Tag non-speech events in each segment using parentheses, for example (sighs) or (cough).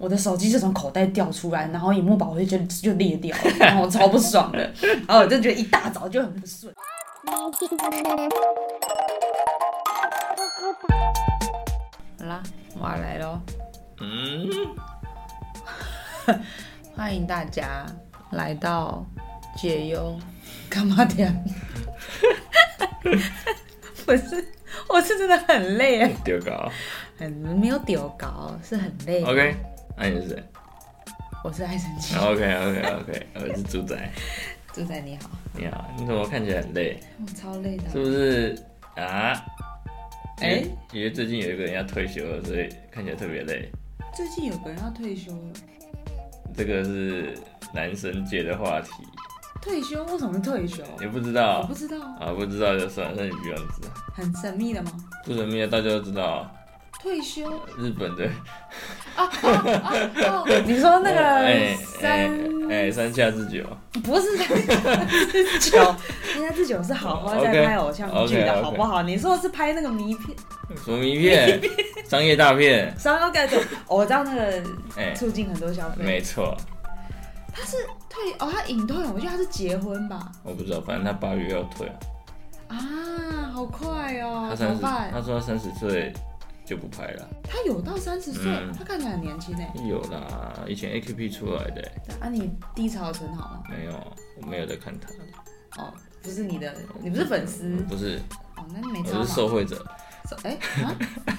我的手机就从口袋掉出来，然后荧幕保护就就裂掉了， (laughs) 然后我超不爽的，然后我就觉得一大早就很不顺。好啦，我要来喽，嗯，欢迎大家来到解忧干嘛点？ (laughs) 不是，我是真的很累啊，丢高。很没有屌搞，是很累。 OK，那你是谁我是爱生气。 ？OK OK OK，我是猪仔。住在你好，你好，你怎么看起来很累？我超累的是。不是啊？哎因为因为最近有一个人要退休了，所以看起来特别累。最近有个人要退休了，这个是男生界的话题，退休为什么是退休？你不知我道不知道，啊？不知道就算了，那你不用知道，很神秘的吗？不神秘的大家都知道。退休啊日 (laughs) 本的啊！哦 (laughs) 你说那哎个哎哎三山下智久不是三之九，人家之九是好花在 OK，拍偶像剧的 OK，OK 好不好？你说是拍那个迷片什么 (laughs) 名片、商业大片，商业改革，哦我知道那个 (laughs) 哎，促进很多消费。没错。他是退哦，他隐退，我觉得他是结婚吧？我不知道，反正他八月要退啊，啊，好快哦怎他，三么十，办？他说他三十岁就不拍了，他有到三十岁，嗯他看起来很年轻哎。有啦，以前 A Q P 出来的欸、啊，你低潮存好吗？没有，我没有在看他，哦，不是你的，你不是粉丝不是，哦，那你没差我嘛是？受惠者。手哎、啊，OK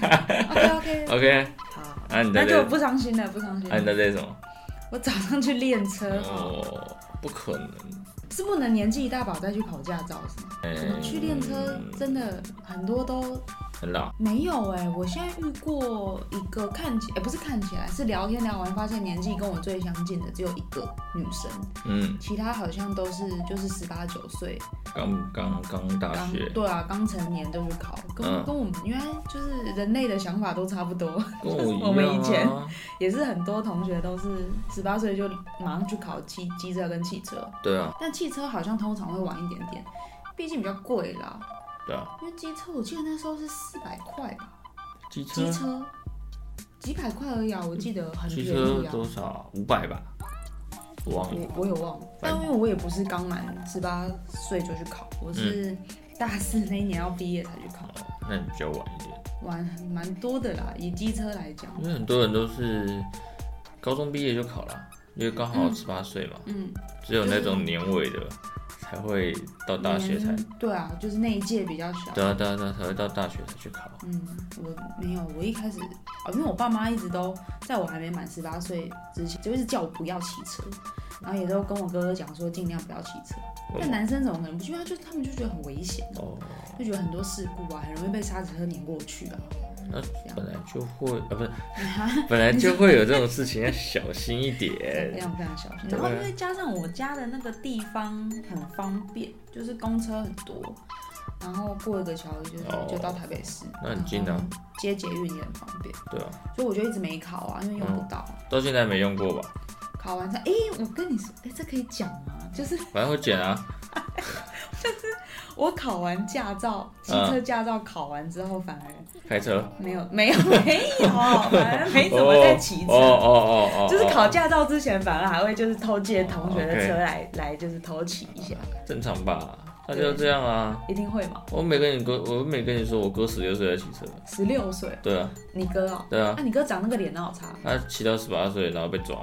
OK， OK，好，好啊你的那就嘞不伤心了，不伤心啊，你在了。累什么？我早上去练车哈、哦，不可能，是不能年纪一大把再去考驾照是吗？哎、怎么去练车真的很多都很老，没有哎、我现在遇过一个看起，哎、不是看起来，是聊天聊完发现年纪跟我最相近的只有一个女生，嗯，其他好像都是就是十八九岁刚刚刚大刚学，对啊，刚成年就去考，跟、嗯跟我们因为就是人类的想法都差不多，跟我一样、啊、 (laughs) 我们以前也是很多同学都是十八岁就马上去考机机车跟汽车，对啊，但汽车好像通常会晚一点点，毕竟比较贵啦。对啊，因为机车我记得那时候是四百块吧，机车机车几百块而已啊，我记得很机便车宜啊。多少？五百吧，我忘了。我我有忘了，但因为我也不是刚满十八岁就去考，我是嗯 (laughs) 大四那一年要毕业才去考，哦，那你比较晚一点。玩蛮多的啦。以机车来讲，因为很多人都是高中毕业就考了，因为刚好嗯十八岁嘛，嗯，只有那种年尾的才会到大学才，年对啊，就是那一届比较小。对啊对啊对啊，才会到大学才去考。嗯，我没有，我一开始啊，因为我爸妈一直都在我还没满十八岁之前，就一直叫我不要骑车，然后也都跟我哥哥讲说尽量不要骑车。但男生怎么可能不去？他就他们就觉得很危险，哦，就觉得很多事故啊，很容易被沙子车碾过去啊。那这样本来就会啊，不是， (laughs) 本来就会有这种事情， (laughs) 要小心一非点。常非常小心。对然啊后因为加上我家的那个地方很方便，就是公车很多，然后过一个桥就是、哦就到台北市，那很近啊，接捷运也很方便，对啊，所以我就一直没考啊，因为用嗯不到。到现在没用过吧？考完才，哎、我跟你说，哎、这可以讲吗？ (laughs) 就是反正会剪啊，我考完驾照，机车驾照考完之后，反而开车。没有， (laughs) 没有，没有，反而没怎么哦在骑车。哦哦哦哦，就是考哦驾照之前，反而还会就是偷借同学的哦车，OK 来、来，就是偷骑一下，正常吧？那就这样啊。一定会嘛。我没跟你哥，我没跟你说，我哥十六岁才骑车。十六岁，对啊，你哥哦、对啊啊，。你哥长那个脸那好差，他骑到十八岁，然后被抓，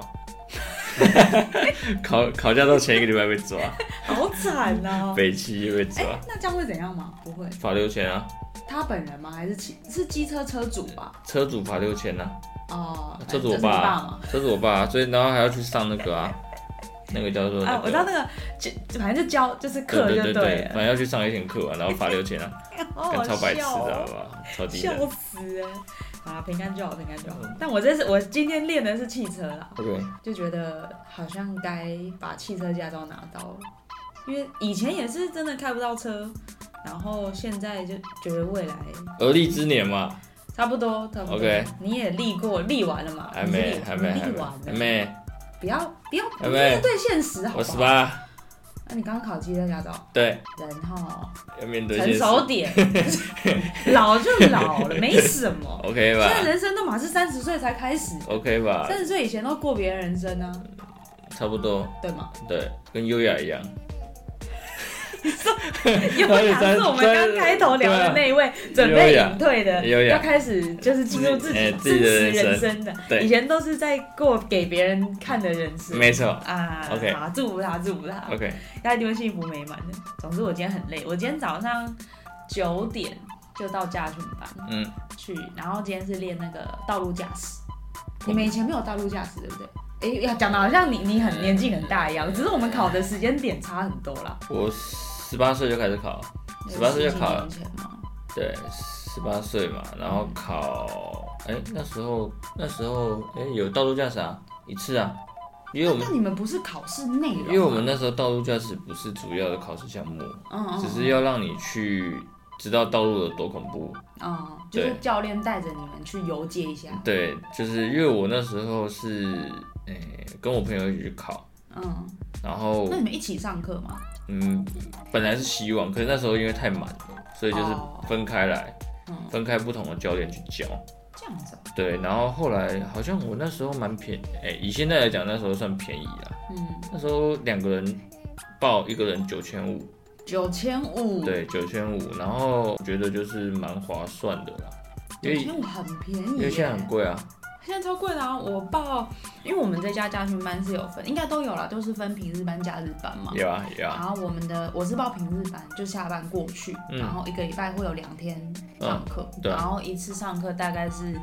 (laughs) 考考驾照前一个礼拜被抓，好惨 (laughs) 哦、北七被哎、抓，那这样会怎样吗？不会，罚六千啊，他本人吗？还是骑是机车车主吧？车主罚六千啊，哦、反车正主就我是爸、你爸嘛啊。，车主我爸、啊，所以然后还要去上那个啊，那个叫做那啊，我知个，道那个，就就反正就教就是课对就对对对，了，反正要去上一天课啊，然后罚六千啊，好跟好超白痴的笑好哦，不好？超 (laughs) 低笑的。嗯死哎！啊，平安就好，平安就好。但我这是我今天练的是汽车啦， OK，就觉得好像该把汽车驾照拿到了，因为以前也是真的开不到车，然后现在就觉得未来而立之年嘛，差不多，差不多。 OK 你也立过，立完了嘛？还你是没立还没你还立没完了，还没，不要不要，还不没要对现实好我不好？十八，那、你刚刚考机车驾照，对，人哈要面对成现实熟点， (laughs) 老就老了，没什么。 ，OK 现在吧人生都嘛是三十岁才开始， ，OK 吧，三十岁以前都过别人人生啊，差不多，对 (laughs) 吗？对，跟优雅一样，有雅是我们刚开头聊的那一位啊准备隐退的，优雅要开始就是进入自己哎自真己的实人生人生的，对以前都是在过给别人看的人生。没错啊 OK 好，祝福他，祝福他， ，OK，他一定会幸福美满的。总之，我今天很累，我今天早上九点就到驾训班嗯，去，然后今天是练那个道路驾驶。哦你们以前没有道路驾驶，对不对？哎、呀，讲的好像你你嗯很年纪很大一样，只是我们考的时间点差很多啦。我十八岁就开始考，十八岁就考了十几年前嘛，对，十八岁嘛，然后嗯考，哎、那时候那时候哎、有道路驾驶啊，一次啊，因为我们 (laughs) 那你们不是考试内容吗？啊因为我们那时候道路驾驶不是主要的考试项目，嗯嗯只是要让你去知道道路有多恐怖。嗯，就是对教练带着你们去游街一下，对，就是因为我那时候是哎、跟我朋友一起去考，嗯，然后那你们一起上课吗？嗯本来是希望，可是那时候因为太满了，所以就是哦分开来，嗯，分开不同的教练去教。这样子哦，对，然后后来好像我那时候蛮便哎、以现在来讲那时候算便宜啦。嗯，那时候两个人报一个人九千五，九千五，，对，九千五，然后我觉得就是蛮划算的啦，因九为千五很便宜耶，因为现在很贵啊，现在超贵的啊！我报，因为我们这家家训班是有分，应该都有啦，都是分平日班、假日班嘛。有啊有然啊，后我们的我是报平日班，就下班过去，嗯然后一个礼拜会有两天上课，对啊然后一次上课大概是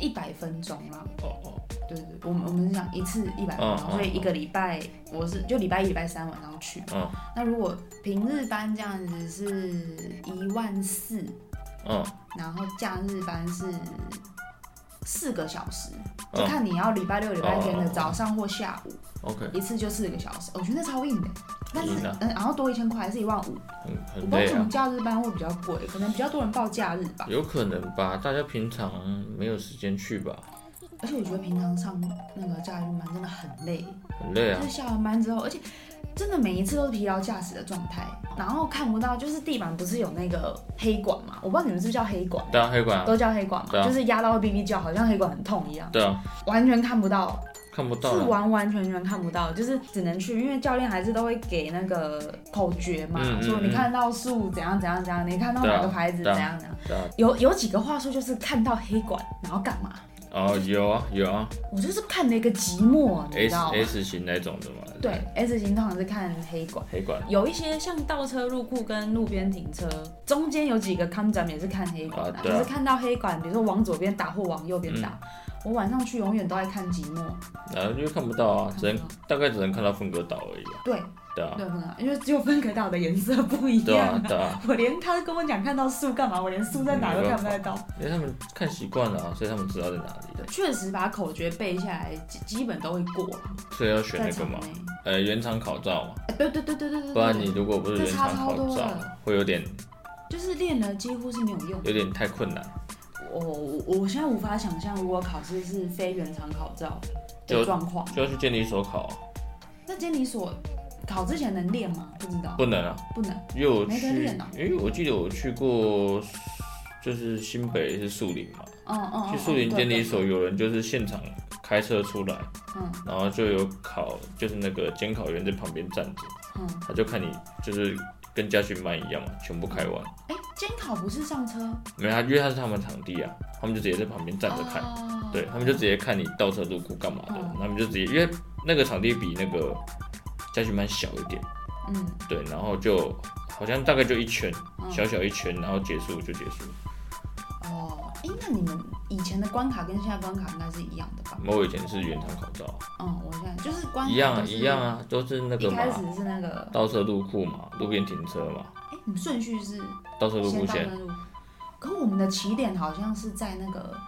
一百分钟啦。哦哦，对对，对我们我们是讲一次一百分钟，嗯嗯所以一个礼拜我是就礼拜一、礼拜三晚上去。嗯那如果平日班这样子是一万四，嗯然后假日班是四个小时，就嗯哦看你要礼拜六、礼拜天的早上或下午， ，OK，一次就四个小时，我觉得那超硬的。但是硬啊嗯，然后多一千块还是一万五，很我很不知道为累什啊么，假日班会比较贵，可能比较多人报假日吧。有可能吧，大家平常没有时间去吧，而且我觉得平常上那个假日班真的很累，很累啊就是，下完班之后，而且真的每一次都是疲劳驾驶的状态，然后看不到，就是地板不是有那个黑管嘛？我不知道你们是不是叫黑管，对啊，黑管啊，都叫黑管嘛，对啊就是压到会哔哔叫，好像黑管很痛一样，对啊，完全看不到，看不是到啊，完完全全看不到，就是只能去，因为教练还是都会给那个口诀嘛，嗯嗯说你嗯看到树怎样怎样怎样，你看到对啊哪个牌子对怎啊样怎样。对啊，有有几个话术就是看到黑管，然后干嘛？哦有啊有啊我就是看了一个寂寞，你知，S 道吗？ S 型那种的嘛，对，S 型通常是看黑管。黑管有一些像倒车入库跟路边停车，中间有几个 come jump 也是看黑管、啊就对啊是嗯看到黑管，比如说往左边打或往右边打。我晚上去永远都在看寂寞，然后就看不到啊，只看能不到大概只能看到分割岛而已啊，对对啊对很好，因为只有分隔岛的颜色不一对样啊。对啊，我连他跟我讲看到树干嘛，我连树在哪都看不太到。因为他们看习惯了啊，所以他们知道在哪里，对，确实把口诀背下来，基基本都会过啊所以要选在那个场嘛内。。呃，原厂考照嘛，哎对对对对对对。不然对你如果不是这原差厂超考多照了，会有点就是练了几乎是没有用的。有点太困难，我我我现在无法想象，如果考试是非原厂考照的就状况，就要去监理所考啊，那监理所考之前能练吗？不知道，不能啊，不能。因为我没去得练啊，因为我记得我去过，就是新北是树林嘛，嗯嗯。嗯去树林对监理对所有人就是现场开车出来，嗯然后就有考，就是那个监考员在旁边站着，嗯，他就看你就是跟家训班一样嘛，全部开完，哎，监考不是上车没有他，因为他是他们场地啊，他们就直接在旁边站着看。哦对他们就直接看你倒车入库干嘛的，嗯他们就直接因为那个场地比那个家训班小一点，嗯对，然后就好像大概就一圈，嗯小小一圈，然后结束就结束。哦，哎，那你们以前的关卡跟现在关卡应该是一样的吧？我以前是原厂考照，嗯，我现在就是关卡一样啊都是一样啊，都是那一个嘛开，始是那个，倒车入库嘛，路边停车嘛，哎，你们顺序是倒车入库先到线，那路，可我们的起点好像是在那个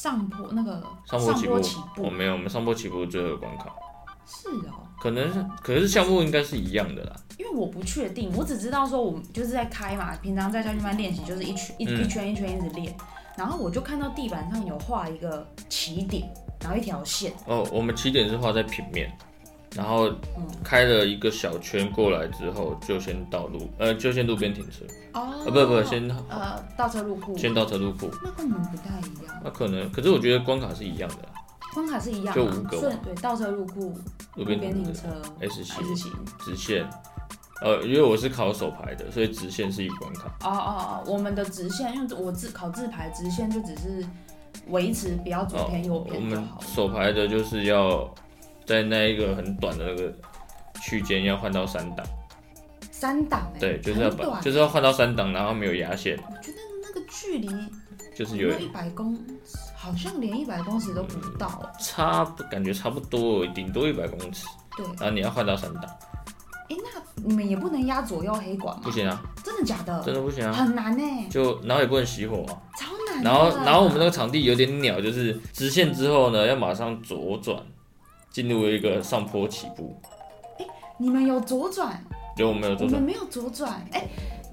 上坡那个上坡起步起，我、步，哦没有，我们上坡起步最后一个关卡，是哦。可能是可是项目应该是一样的啦，因为我不确定，我只知道说我们就是在开嘛，平常在家训班练习就是一圈一、嗯一圈一圈一直练，然后我就看到地板上有画一个起点，然后一条线，哦，我们起点是画在平面，然后开了一个小圈过来之后，就先到路呃，就先路边停车，哦啊不不，先呃倒车入库，先到车入库。那跟我们不太一样，那可能，可是我觉得关卡是一样的啊，关卡是一样就嘛五个嘛顺对倒车入库，路边边停停车、车 S 型、 S 型，直线。呃，因为我是考手牌的，所以直线是一个关卡。哦哦哦，我们的直线，因为我自考自排直线就只是维持不要左偏右哦我偏就们好了。手牌的就是要在那一个很短的那个区间要换到三档，三档哎、对，就是要很把短就是要换到三档，然后没有压线，我觉得那个距离就是有有没有一百公，好像连一百公尺都不到、欸。差不感觉差不多，顶多一百公尺，对，然后你要换到三档，哎、那你们也不能压左右黑管不吗？行啊，真的假的？真的不行啊，很难呢、就然后也不能熄火啊。超难的。然后，然后我们那个场地有点鸟，就是直线之后呢，要马上左转，进入一个上坡起步。你们有左转，有我们有我左们转，没有左转。哎、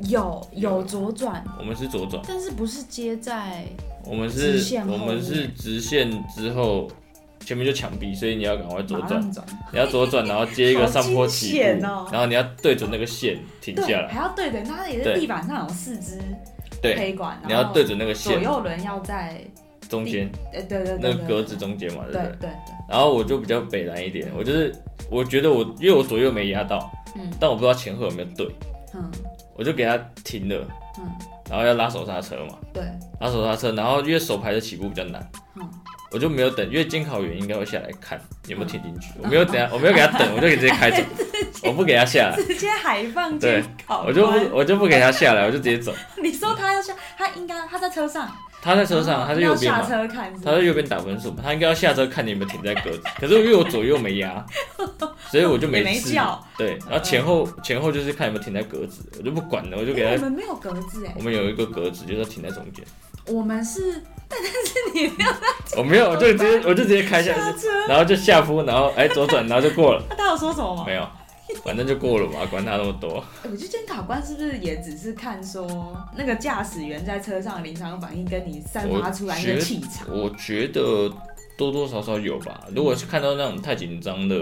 有有左转，我们是左转，但是不是接在我们直是，线后我面们是直线之后，前面就墙壁，所以你要赶快左马转，上转？你要左转，然后接一个上 (laughs) 坡起好惊步，险哦然后你要对准那个线停对下，来，还要对的，那也是对地板上有四只对，黑管，你然要后对准那个左线右轮要在，中间呃，对对对，那对个格子，中间嘛，对对不对对？对，然后我就比较北蓝一点，我就是我觉得我因为我左右没压到，嗯但我不知道前后有没有对。嗯我就给他停了，嗯，然后要拉手刹车嘛，对， (laughs) (laughs) 拉手刹车，然后因为手排的起步比较难，嗯，我就没有等，因为监考员应该会下来看有没有停进去，嗯我没有等 (laughs) 他，我没有给他等，我就给直接开走，我不给他下来，直接海放监考官我就不我就不给他下来，我就直接走。 (laughs) 你说他要下，他应该他在车上，他在车上，哦他在右边要嘛下，车看是他吧，在右边打分数嘛，他应该要下车看你有没有停在格子，可是因为我左右 (laughs) 没压，所以我就也没吃。叫对，然后前后前后就是看有没有停在格子，我就不管了，我就给因为我他。们没有格子哎我，们有一个格子，就是要停在中间。我们是，但是你没有我没有，我就 (laughs) 直接我就直接开下去，下车，然后就下坡，然后哎左 (laughs) 转，然后就过了，他有说什么吗？没有，反正就过了嘛，管他那么多。哎我觉得监考官是不是也只是看说那个驾驶员在车上的临场反应，跟你散发出来那个气场，我觉得多多少少有吧，如果是看到那种太紧张的，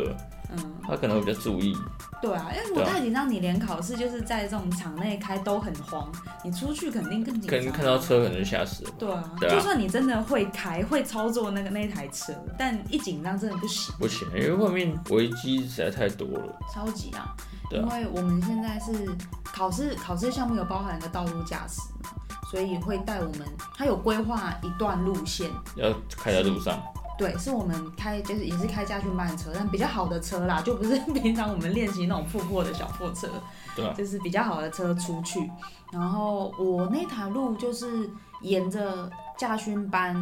嗯，他可能会比较注意。对啊，因为我对啊太紧张，你连考试就是在这种场内开都很慌，你出去肯定更紧可能张。看到车可能就吓死了。对啊，对啊就算你真的会开、会操作那个那台车，但一紧张真的不行，不行，因为外面危机实在太多了。超级啊。对因啊，为我们现在是考试，考试项目有包含一个道路驾驶嘛，所以会带我们，他有规划一段路线，要开在路上，对，是我们开就是也是开家训班的车，但比较好的车啦，就不是平常我们练习那种破破的小破车，对啊就是比较好的车出去。然后我那条路就是沿着驾训班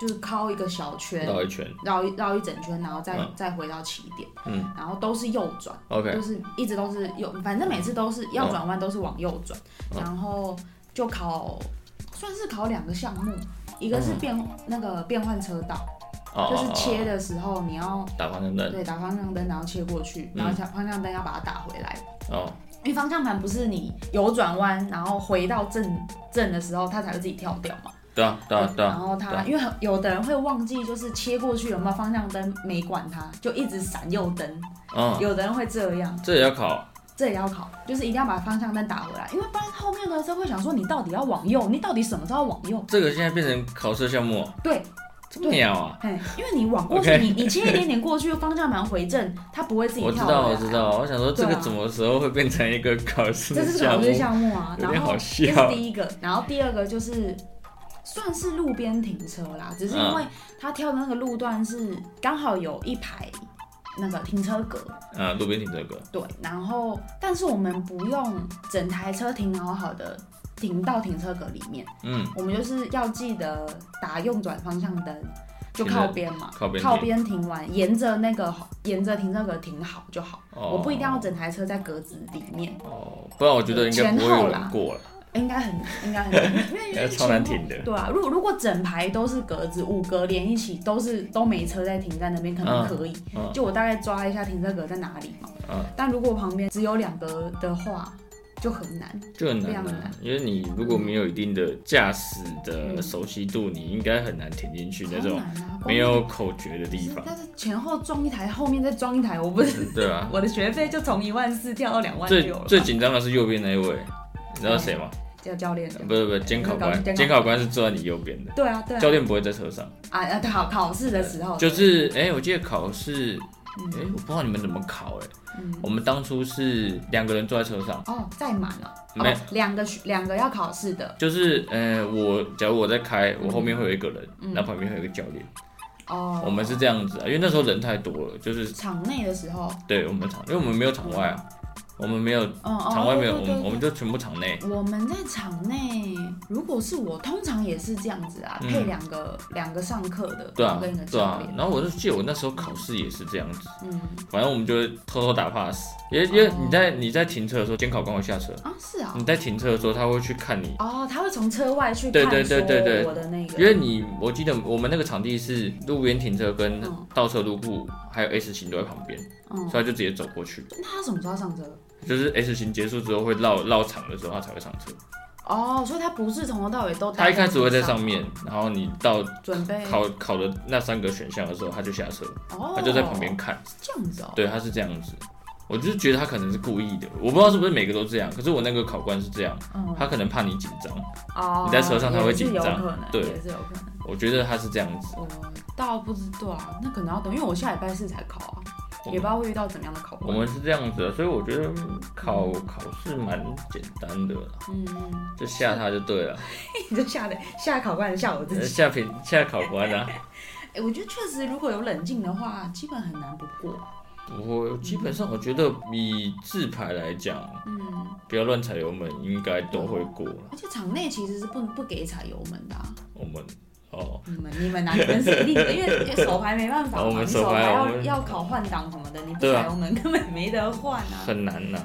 就是靠一个小圈，绕一圈。绕一绕一整圈，然后再、嗯再回到起点，嗯，然后都是右转。 OK，就是一直都是右，反正每次都是要转弯都是往右转，嗯然后就考算是考两个项目，一个是变、那个变换车道，嗯哦，就是切的的时候你要打方向灯。对打方向灯，然后切过去，嗯然后想方向灯要把它打回来，哦，因为方向盘不是你右转弯然后回到正正的时候它才会自己跳掉嘛。对啊，对啊，对然啊，后对他啊因为很有的人会忘记，就是切过去有没有方向灯没管它，就一直闪右灯，嗯，有的人会这样。这也要考。这也要考，就是一定要把方向灯打回来，因为不然后面的车会想说你到底要往右，你到底什么时候往右？这个现在变成考试项目哦，对，这么鸟啊！哎，因为你往过去 OK 你你切一点点过去，方向盘回正，它不会自己我知跳回来。道，我 (laughs) 知道，我想说这个对啊什么时候会变成一个考试这是项考目试？项目啊，有点然后好这笑是第一个，然后第二个就是算是路边停车啦，只是因嗯为他跳的那个路段是刚好有一排那个停车格，啊，路边停车格，对，然后但是我们不用整台车停好好的停到停车格里面。嗯，我们就是要记得打右转方向灯，就靠边嘛，靠边停靠边停完，沿着那个沿着停车格停好就好。哦我不一定要整台车在格子里面，哦，不然我觉得应该不会有人过了，应该很应 (laughs) 该很难，因为因应该为哎超难停的前后对啊，如如果整排都是格子，五格连一起都是都没车在停在那边，可能可以。嗯就我大概抓一下停车格在哪里嘛。嗯但如果旁边只有两格的话，就很难。就很难非常啊难，因为你如果没有一定的驾驶的熟悉度，你应该很难停进去那种好难嗯啊，哦没有口诀的地光是。，方但是前后装一台，后面再装一台，我不是对啊，我的学费就从一万四跳到两万最六了，啊最紧张的是右边那一位，你知道谁吗？教教练不是不是，监考官，啊监考监考官是坐在你右边的，对啊对啊，哦教练不会在车上。啊啊考考试的时候就是哎，我记得考试，嗯哎，我不知道你们怎么考哎，嗯我们当初是两个人坐在车上。哦再满了没哦两个学两个要考试的就是，呃，我假如我在开，我后面会有一个人，嗯那、旁边会有一个教练，哦，我们是这样子啊，因为那时候人太多了，就是场内的时候，对我们场，因为我们没有场外啊，我们没有嗯哦场外没有，我对对们对我们就全部场内，我们在场内，如果是我，通常也是这样子啊，嗯配两个两个上课的，对然啊后跟一个，对教啊练，。然后我就记得我那时候考试也是这样子，嗯哦反正我们就会偷偷打 pass，因为因为你在你在停车的时候，监考官会下车，啊，是啊，你在停车的时候他会去看你，哦，他会从车外去嗯对看对对对对说我的那个，因为你我记得我们那个场地是路边停车跟嗯倒车入库还有 S 型都在旁边，嗯所以，他就直接走过去。那他什么时候上车？就是 S 型结束之后会绕绕场的时候，他才会上车。哦，所以他不是从头到尾都待他一开始会在车上面，然后你到准备，考考的那三个选项的时候，他就下车，哦，他就在旁边看。是这样子哦，对，他是这样子。我就是觉得他可能是故意的，我不知道是不是每个都这样。可是我那个考官是这样，嗯，他可能怕你紧张，哦，你在车上他会紧张也是有可能，对也是有可能。我觉得他是这样子。我倒不知道啊，那可能要等，因为我下礼拜四才考啊，我也不知道会遇到怎么样的考哦我官。们是这样子的，所以我觉得考考试蛮简单的啦，嗯，嗯就吓他就对了，你 (laughs) 就吓得吓考官，吓我自己。吓评吓考官啊。哎、我觉得确实，如果有冷静的话，基本很难不过。我基本上我觉得以自排来讲，嗯，不要乱踩油门，应该都会过了。而且场内其实是不不给踩油门的、啊。我们哦，你们你们哪边是一定的？因为因为手牌没办法嘛，我们你手手牌我要们要考换挡什么的，你不对啊踩油门根本没得换啊。很难呐、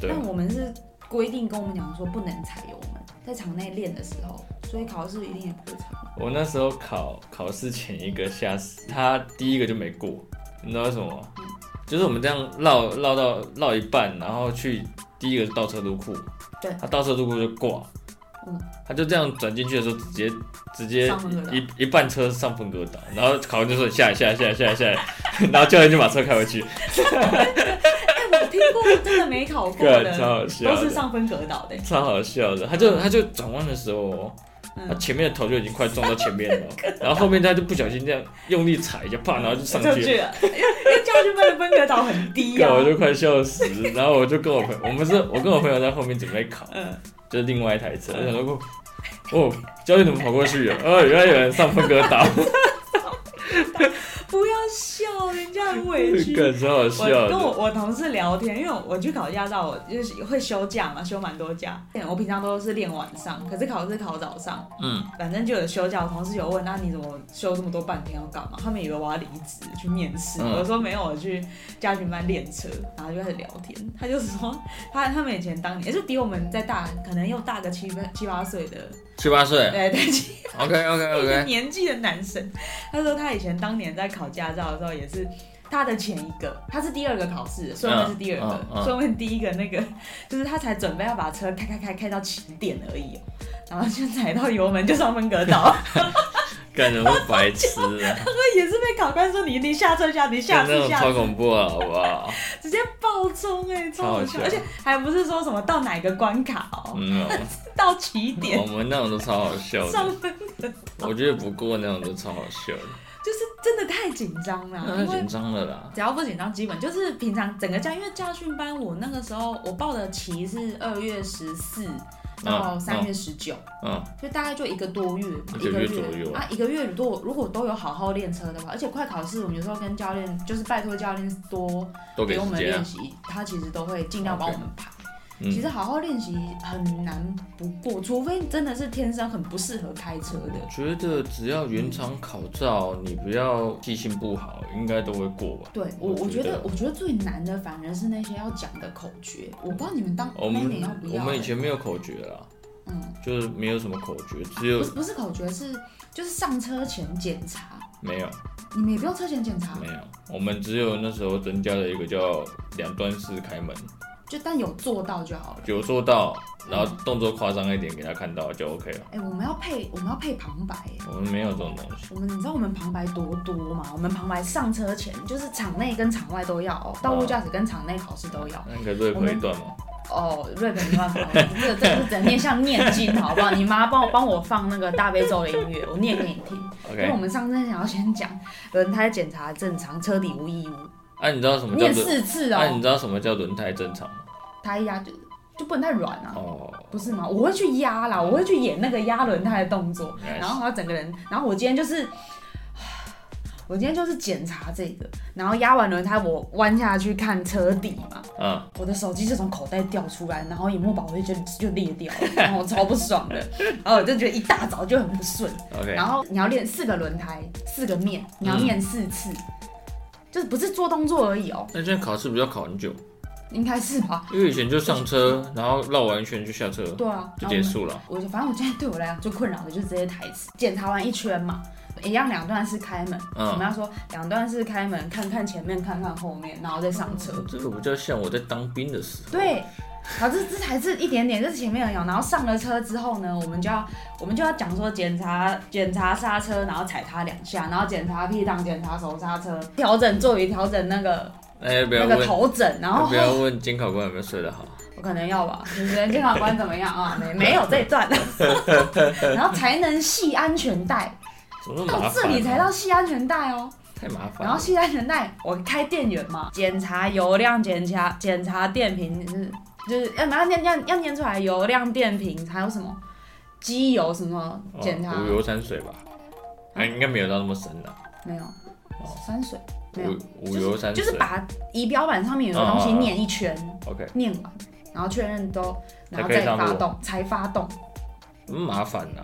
对啊但，我们是规定跟我们讲说不能踩油门，在场内练的时候，所以考试一定也不会踩。我那时候考考试前一个吓死，他第一个就没过，你知道为什么吗？嗯就是我们这样绕绕到绕一半，然后去第一个是倒车入库，对他倒车入库就挂，嗯他就这样转进去的时候，直接直接上分隔岛一一半车上分隔岛，然后考官就说你下来下来下来下来下 (laughs) 来，然后教练就把车开回去，哎、我听过真的没考过 (laughs) 干的，超好笑都的是上分隔岛的、超好笑的，他就他就转弯的时候哦、他嗯，前面的头就已经快撞到前面 (laughs) 了，然后后面他就不小心这样用力踩一下，啪，然后就上就去，去了，因为因为教训班的分隔岛很低 (laughs) 干啊我。就快笑死。然后我就跟我朋友，我们是我跟我朋友在后面准备考，嗯，就是另外一台车，我想说，哦，教练怎么跑过去了？哦，原来有人上分割 (laughs) 岛，不要笑，人家很委屈。感超好我笑跟的。我我同事聊天，因为我去考驾照，我就是会休假嘛，休蛮多假。我平常都是练晚上，可是考试考早上，嗯，反正就有休假。我同事有问，那你怎么休这么多半天要干嘛？他们以为我要离职去面试，嗯我说没有，我去家训班练车，然后就开始聊天。他就说他他们以前当年就比我们再大，可能又大个七八七八岁的， (laughs) 七八岁对对，七，OK (laughs) (laughs) OK 一个年纪的男生，他说他以前当年在考驾照的时候也是。他的前一个，他是第二个考试，顺位是第二嗯嗯嗯个，顺、位第一个那个，就是他才准备要把车开开开开到起点而已、哦，然后就踩到油门就上分隔岛， (laughs) 干什么白痴啊？那也是被考官说你你下车下你 (laughs) 下真车的下超车，恐怖了，好不好？直接爆冲哎、超好笑，超好笑而且还不是说什么到哪个关卡哦， (laughs) 嗯，到起我点们那种都超好笑的上，分隔，我觉得不过那种都超好笑的，就是真的太紧张了，那太因为紧张了啦。只要不紧张，基本就是平常整个假，因为家训班我那个时候我报的期是二月十四到三月十九、嗯，就大概就一个多月嘛，一个个月左右啊，一个月如果如果都有好好练车的话，而且快考试，我们有时候跟教练就是拜托教练多都给给我时们间啊练。习，他其实都会尽量帮我们排。嗯其实好好练习很难不过，除非真的是天生很不适合开车的我。觉得只要原厂考照，你不要记性不好，应该都会过吧。对我，我我觉觉得得我觉得最难的反而是那些要讲的口诀，我不知道你们当我那一们年要不我要、们以欸。前没有口诀啦，嗯，就是没有什么口诀，只不有是不是口诀，是就是上车前检查，没有你们也不用车前检查没有，我们只有那时候增加了一个叫两段式开门，就但有做到就好了。有做到，然后动作夸张一点给他看到就 OK 了。哎、我们要配我们要配旁白哎，我们没有这种东西，我们你知道我们旁白多多吗？我们旁白上车前就是场内跟场外都要哦，道路驾驶跟场内考试都要那个瑞可一段吗？哦。瑞本没办法，这这是整念像念经好不好？你妈帮我帮我放那个大悲咒的音乐，我念给你听。因为我 OK，们上车前要先讲轮胎检查正常，车底无异物，啊，你知道什么叫念轮？四次啊，你哦，知道什么叫轮胎正常吗？胎压就就不能太软啊。哦，不是吗？我会去压啦，我会去演那个压轮胎的动作，原来是然后他整个人，然后我今天就是， (sighs) 我今天就是检查这个，然后压完轮胎，我弯下去看车底嘛，嗯，我的手机就从口袋掉出来，然后荧幕保护就就裂 (laughs) 掉了，然后我超不爽的，然后我就觉得一大早就很不顺， ，OK，然后你要练四个轮胎，四个面，你要念四次，嗯就是不是做动作而已哦，那现在考试不要考很久，应该是吧？因为以前就上车，然后绕完一圈就下车，对啊，然后我就结们束了。我就反正我现在对我来讲最困扰的就是这些台词。检查完一圈嘛，一样两段是开门，我们嗯，要说两段是开门，看看前面，看看后面，然后再上车。哦这个比较像我在当兵的时候。对，好，这这才是一点点，这是前面的有。然后上了车之后呢，我们就要我们就要讲说检查检查刹车，然后踩它两下，然后检查 P 档，检查手刹车，调整座椅，调整那个那哎要不要那个问？头枕，然要后不要问监考官有没有睡得好？我可能要吧，你觉得监考官怎么样啊？没没有这一 (laughs) 段，然后才能系安全带。怎么那么麻到烦啊？这里才到系安全带哦，太麻烦然后了。系安全带，我开电源嘛，检查油量，检查检查电瓶，就是就是要要念要要念出来油量、电瓶，还有什么机油什么哦检查、五油三水啊吧？哎，应该没有到那么深的。没有，山水没有，五五哦油三就水是把仪表板上面有的东西哦哦哦念一圈， ，OK，念完，然后确认都，然后才可以再上路发动，才发动。嗯麻烦呐。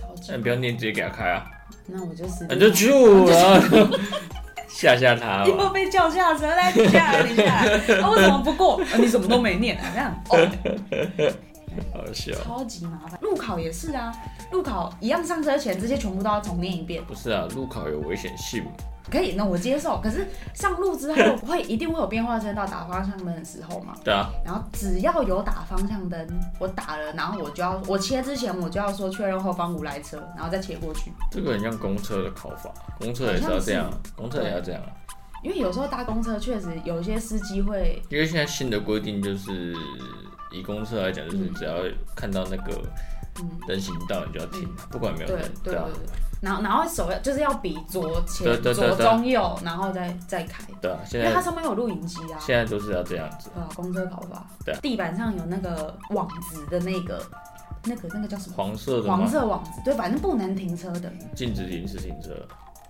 超级那你不要念直接给他开啊，那我就死定你了，就就 (laughs) 然后吓吓他啊又吧。被叫下车，来你下来，你下 (laughs) 来，啊为什么不过？啊你什么都没念，这样哦。好笑。超级麻烦。路考也是啊，路考一样上车前这些全部都要重念一遍，不是啊，路考有危险性嘛？可以，那我接受。可是上路之后会一定会有变化声到打方向灯的时候嘛，对啊，然后只要有打方向灯，我打了，然后我就要我切之前我就要说确认后方无来车，然后再切过去。这个很像公车的考法，公车也是要这样啊，公车也要这样啊。因为有时候搭公车确实有一些司机会，因为现在新的规定就是，以公车来讲，就是只要看到那个嗯人行道，你就要停，不管有没对有对人，对啊对，，然后然后手要就是要比左对前对对左对中右，然后再再开，对啊，现因为它在上面有录影机啊。现在都是要这样子，对啊，公车搞法。对地板上有那个网子的那个，那个那个叫什么？黄色的黄吗？色网子，对，反正不能停车的。禁止临时停车。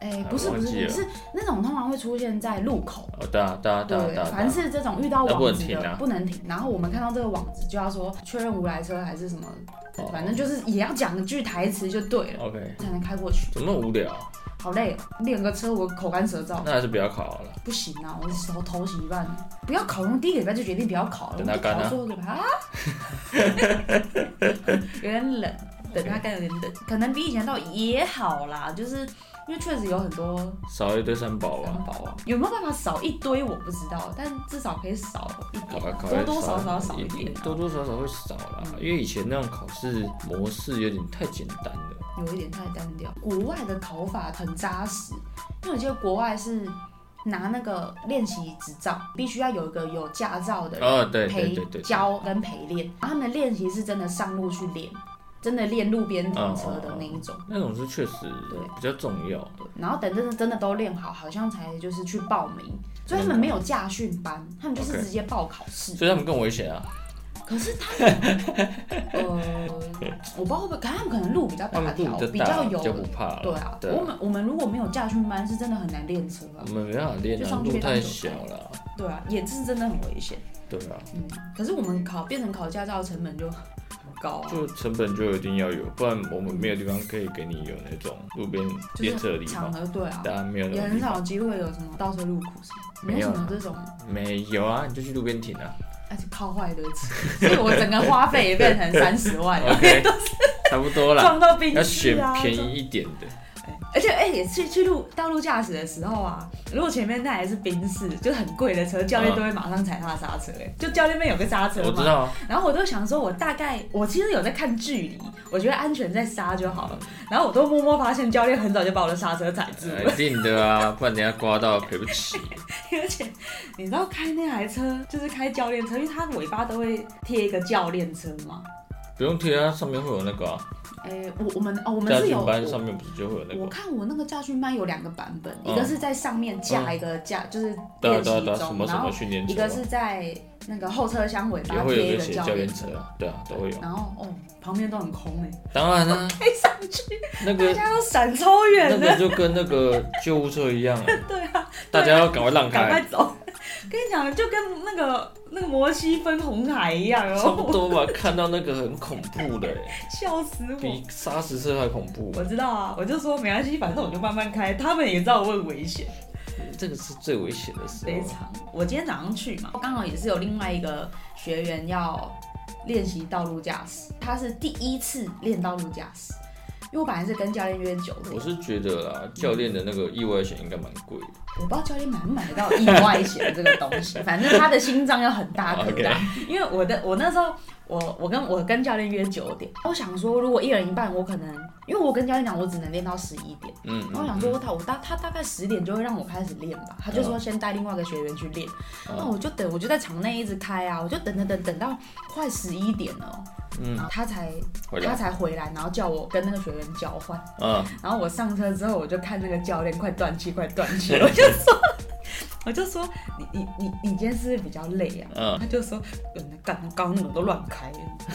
哎、啊不是忘不记是，是了那种通常会出现在路口。哦，对啊，对啊，对啊，对对啊，，对凡啊是这种遇到那不网能子停的啊不能停。然后我们看到这个网子就要说确认无来车还是什么，哦反正就是也要讲一句台词就对了， OK，才能开过去。怎么那么无聊啊？好累哦，练个车我口干舌燥，那还是不要考好了。不行啊，我手头洗一半了，不要考，从第一个礼拜就决定不要考了，等它干啊我考最后一个礼拜啊， (laughs) 有点冷，等它干有点冷，可能比以前到也好啦，就是因为确实有很多少一堆三宝吧。环保啊，有没有办法少一堆我不知道，但至少可以少一考点啊，啊考多啊多少考少啊少一定点啊，嗯多多少少会少啦。因为以前那种考试模式有点太简单了。有一点太单调。国外的考法很扎实，因为我记得国外是拿那个练习执照，必须要有一个有驾照的人。哦，对对陪对对，对教跟陪练，然后他们的练习是真的上路去练，真的练路边停车的那一种。那种是确实对比较重要。对，然后等真的真的都练好，好像才就是去报名，所以他们没有驾训班，他们就是 OK 直接报考 (laughs) 试。所以他们更危险啊！可是他们，呃，我不知道会不会，可能他们可能路比较他大们条肚，子比大较就有不，怕了。对啊。对我们我们如果没有驾训班，是真的很难练车啊我。们没办法练就啊，上去路被当太狗小看了。对啊，也是真的很危险。对啊，嗯，可是我们考变成考驾照的成本就很高啊。就成本就一定要有，不然我们没有地方可以给你有那种路边就是练车的地场方。合对啊，大家没有那也种很地方，少有机会有什么倒车入库什么，没有啊什么这种，没有啊，你就去路边停 (laughs) 啊。而且靠坏的车， (laughs) 所以我整个花费也变成三十万 (laughs) (laughs) OK，差不多啦。撞到冰要室选啊，便宜一点的，哎而且哎、也去去路道路驾驶的时候啊，如果前面那台是宾士，就很贵的车，教练嗯都会马上踩刹刹车、哎，就教练那边有个刹车我知嘛，道啊，然后我都想说，我大概我其实有在看距离，我觉得安全再刹就好了。然后我都默默发现教练很早就把我的刹车踩住了，一定的啊，不然等一下刮到赔不起。 (laughs) 而且你知道开那台车就是开教练车，因为它尾巴都会贴一个教练车嘛。不用贴啊，上面会有那个、啊、哎、我我们哦，我们家是训有班上面不是就会有那我个？看我那个驾训班有两个版本，嗯一个是在上面架一个架，就是对啊练对啊习对啊，什中，么什然后么训练一车个啊，是在那个后车厢尾也巴会有贴一一个个写教教练练车车，，对啊，都会有。然后哦，旁边都很空哎、当然啦、开上去那大个家都闪超远那的，个就跟那个救护车一样、啊， (laughs) 对啊，大家要赶快让赶快开，走。 (laughs) 跟你讲，就跟那个那个摩西分红海一样差哦，不多吧。看到那个很恐怖的、欸， (laughs) 笑死我。比砂石车还恐怖。我知道啊，我就说没关系，反正我就慢慢开。他们也知道我很危险，这个是最危险的时非候。常。我今天早上去嘛，刚好也是有另外一个学员要练习道路驾驶，他是第一次练道路驾驶，因为我本来是跟教练约九点我，是觉得啦，教练的那个意外险应该蛮贵的。我不知道教练买不买得到意外险这个东西，反正他的心脏要很大颗 OK 大。因为我的我那时候，我我跟我跟教练约九点，我想说如果一人一半，我可能因为我跟教练讲我只能练到十一点，嗯，然后我想说我大我大他大概十点就会让我开始练吧，他就说先带另外一个学员去练，嗯那我就等我就在场内一直开啊，我就等等等等到快十一点了哦，嗯然后他才回他来，才回来，然后叫我跟那个学员交换。嗯，然后我上车之后，我就看那个教练快断气，快断气，我就说， (laughs) 我就说你你你你今天是不是比较累啊？嗯他就说，嗯，干，刚刚我都乱开， (laughs)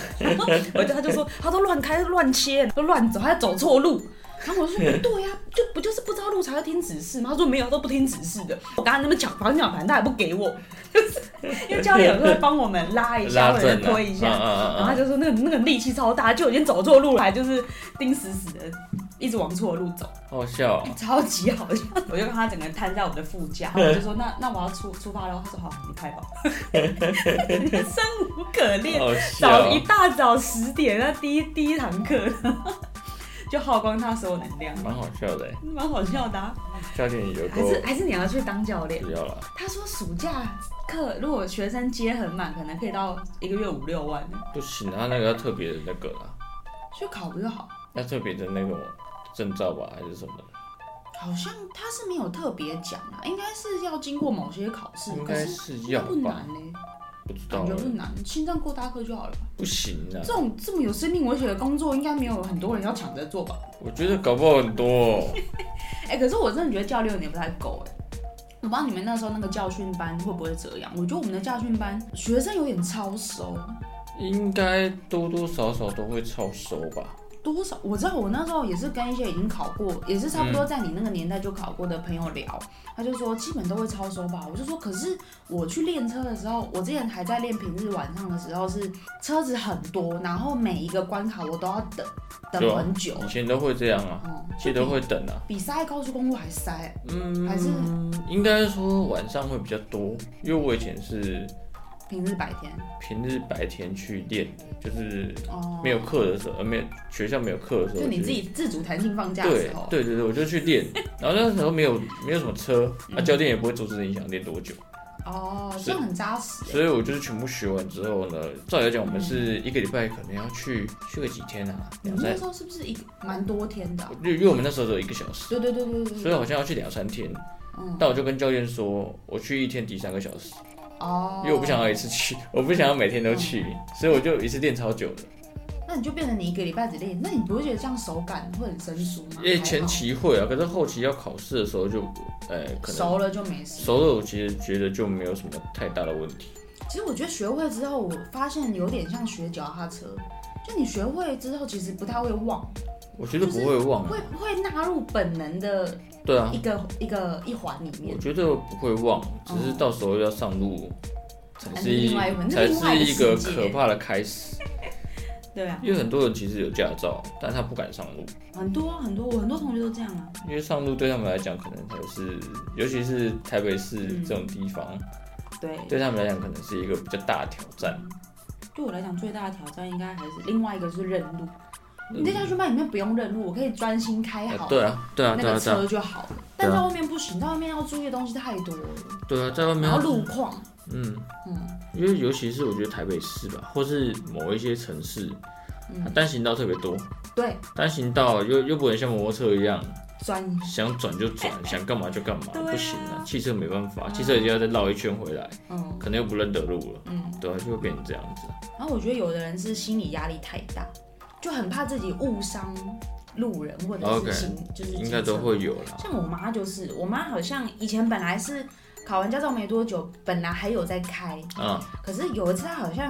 我就他就说他都乱开乱切都乱走，他走错路。然后我就说，嗯对呀、就不就是不知道路才要听指示吗？他说没有，都不听指示的。我刚刚那边抢方向盘，他也不给我，就是因为教练有时候会帮我们拉一下拉或者正啊了，推一下，然后他嗯嗯嗯就说那个那个力气超大，就已经走错路了，还就是盯死死的，一直往错路走，嗯，好笑哦，超级好笑。 (laughs) 我就让他整个人瘫在我的副 (laughs) 驾，我就说那那我要出出发喽。他说好，你开吧。 (laughs) 人生无可恋，好笑早一哦，大早十点，那第一第一堂课 (laughs) 就耗光他所有能量，蛮好笑的欸。蛮好笑的、啊。教练有还够是还是你要去当教练？不要了，他说暑假课如果学生接很满，可能可以到一个月五六万，不行，他那个要特别的那个啦，去考不就好？要特别的那种证照吧，还是什么的？好像他是没有特别讲啊，应该是要经过某些考试，应可该是是要不吧难？嘞、不知道感觉欸不，难，心脏够大颗就好了吧。不行啊这！种这么有生命危险的工作，应该没有很多人要抢着做吧？我觉得搞不好很多哦。哎、可是我真的觉得教练有点不太够哎、我不知道你们那时候那个教训班会不会这样？我觉得我们的教训班学生有点超收，应该多多少少都会超收吧。多少我知道，我那时候也是跟一些已经考过，也是差不多嗯在你那个年代就考过的朋友聊，他就说基本都会超收吧。我就说，可是我去练车的时候，我之前还在练平日晚上的时候是车子很多，然后每一个关卡我都要等对啊等很久，以前都会这样啊，嗯，其实都会等啊。比塞高速公路还塞，嗯，还是应该说晚上会比较多，因为我以前是平日白天平日白天去练的，就是哦，没有课的时候，呃，没有学校没有课的时候，就你我自己自主弹性放假的对时候，对对对，我就去练，然后那时候没有没有什么车，啊，教练也不会阻止你想练多久，哦，是这样很扎实欸，所以我就是全部学完之后呢，照理来讲我们是一个礼拜可能要去去个几天啊，你两们那三，时候是不是一个蛮多天的啊、因为因为我们那时候只有一个小时，对对对对对所对，以好像要去两三天，嗯，但我就跟教练说，我去一天抵三个小时，哦，嗯因为我不想要一次去， (laughs) 我不想要每天都去，所以我就一次练超久的。那你就变成你一个礼拜只练，那你不会觉得这样手感会很生疏吗？因为还好前期会啊，可是后期要考试的时候就，呃，可能熟了就没事。熟了，我其实觉得就没有什么太大的问题。其实我觉得学会之后，我发现有点像学脚踏车，就你学会之后，其实不太会忘，我觉得不会忘啊，会会纳入本能的对啊，一个、一个一环里面哦我。觉得不会忘，只是到时候要上路，才是哎一另外一门才另外是一个一个世界可怕的开始。对啊，因为很多人其实有驾照，但他不敢上路，很多很多，我很多同学都这样啊。因为上路对他们来讲可能才是，尤其是台北市嗯这种地方，对，对他们来讲可能是一个比较大的挑战。对我来讲最大的挑战应该还是另外一个是认路，你在教学班里面不用认路，我可以专心开好、对嗯啊，对啊，那对啊个，对啊，车就好了。但在外面不行，在外面要注意的东西太多了，对啊，在外面然后，路况，嗯，嗯因为尤其是我觉得台北市吧，或是某一些城市，它嗯，单行道特别多，对，单行道又又不能像摩托车一样，专一，想转就 (laughs) 转，想干嘛就干嘛，对啊不行啊，汽车没办法，汽车一定要再绕一圈回来，嗯可能又不认得路了，嗯。对啊，就会变成这样子，然后我觉得有的人是心理压力太大，就很怕自己误伤路人或者 OK，是行就是应该都机车会有啦。像我妈就是，我妈好像以前本来是考完驾照没多久，本来还有在开，啊，可是有一次她好像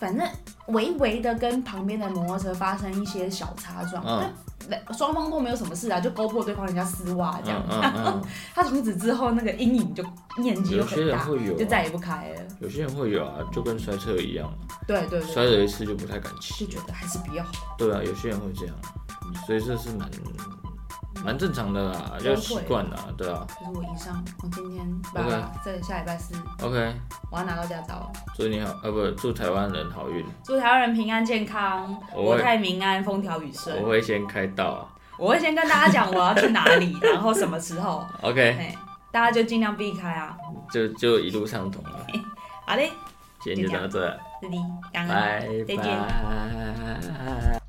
反正微微的跟旁边的摩托车发生一些小擦撞，嗯但双方都没有什么事啊，就勾破对方人家丝袜这样嗯。 (laughs) 嗯她从此之后那个阴影就面嗯，积就有些很人大，会有就啊，再也不开了。有些人会有啊，就跟摔车一样，对对对，摔了一次就不太敢骑就。觉得还是不要好。对啊，有些人会这样，所以这是蛮蛮正常的啦，都就会习惯啦，对啊。就是我以上，我今天爸爸在下礼拜四 OK，我要拿到驾照了。祝你好，呃，不，祝台湾人好运。祝台湾人平安健康，我会国泰民安，风调雨顺我。会先开到啊我会先跟大家讲我要去哪里，然后什么时 (laughs) 候， ，OK，哎，大家就尽量避开啊。就就一路畅通了。好嘞，今天就到这，哦弟弟，感恩，拜再见拜。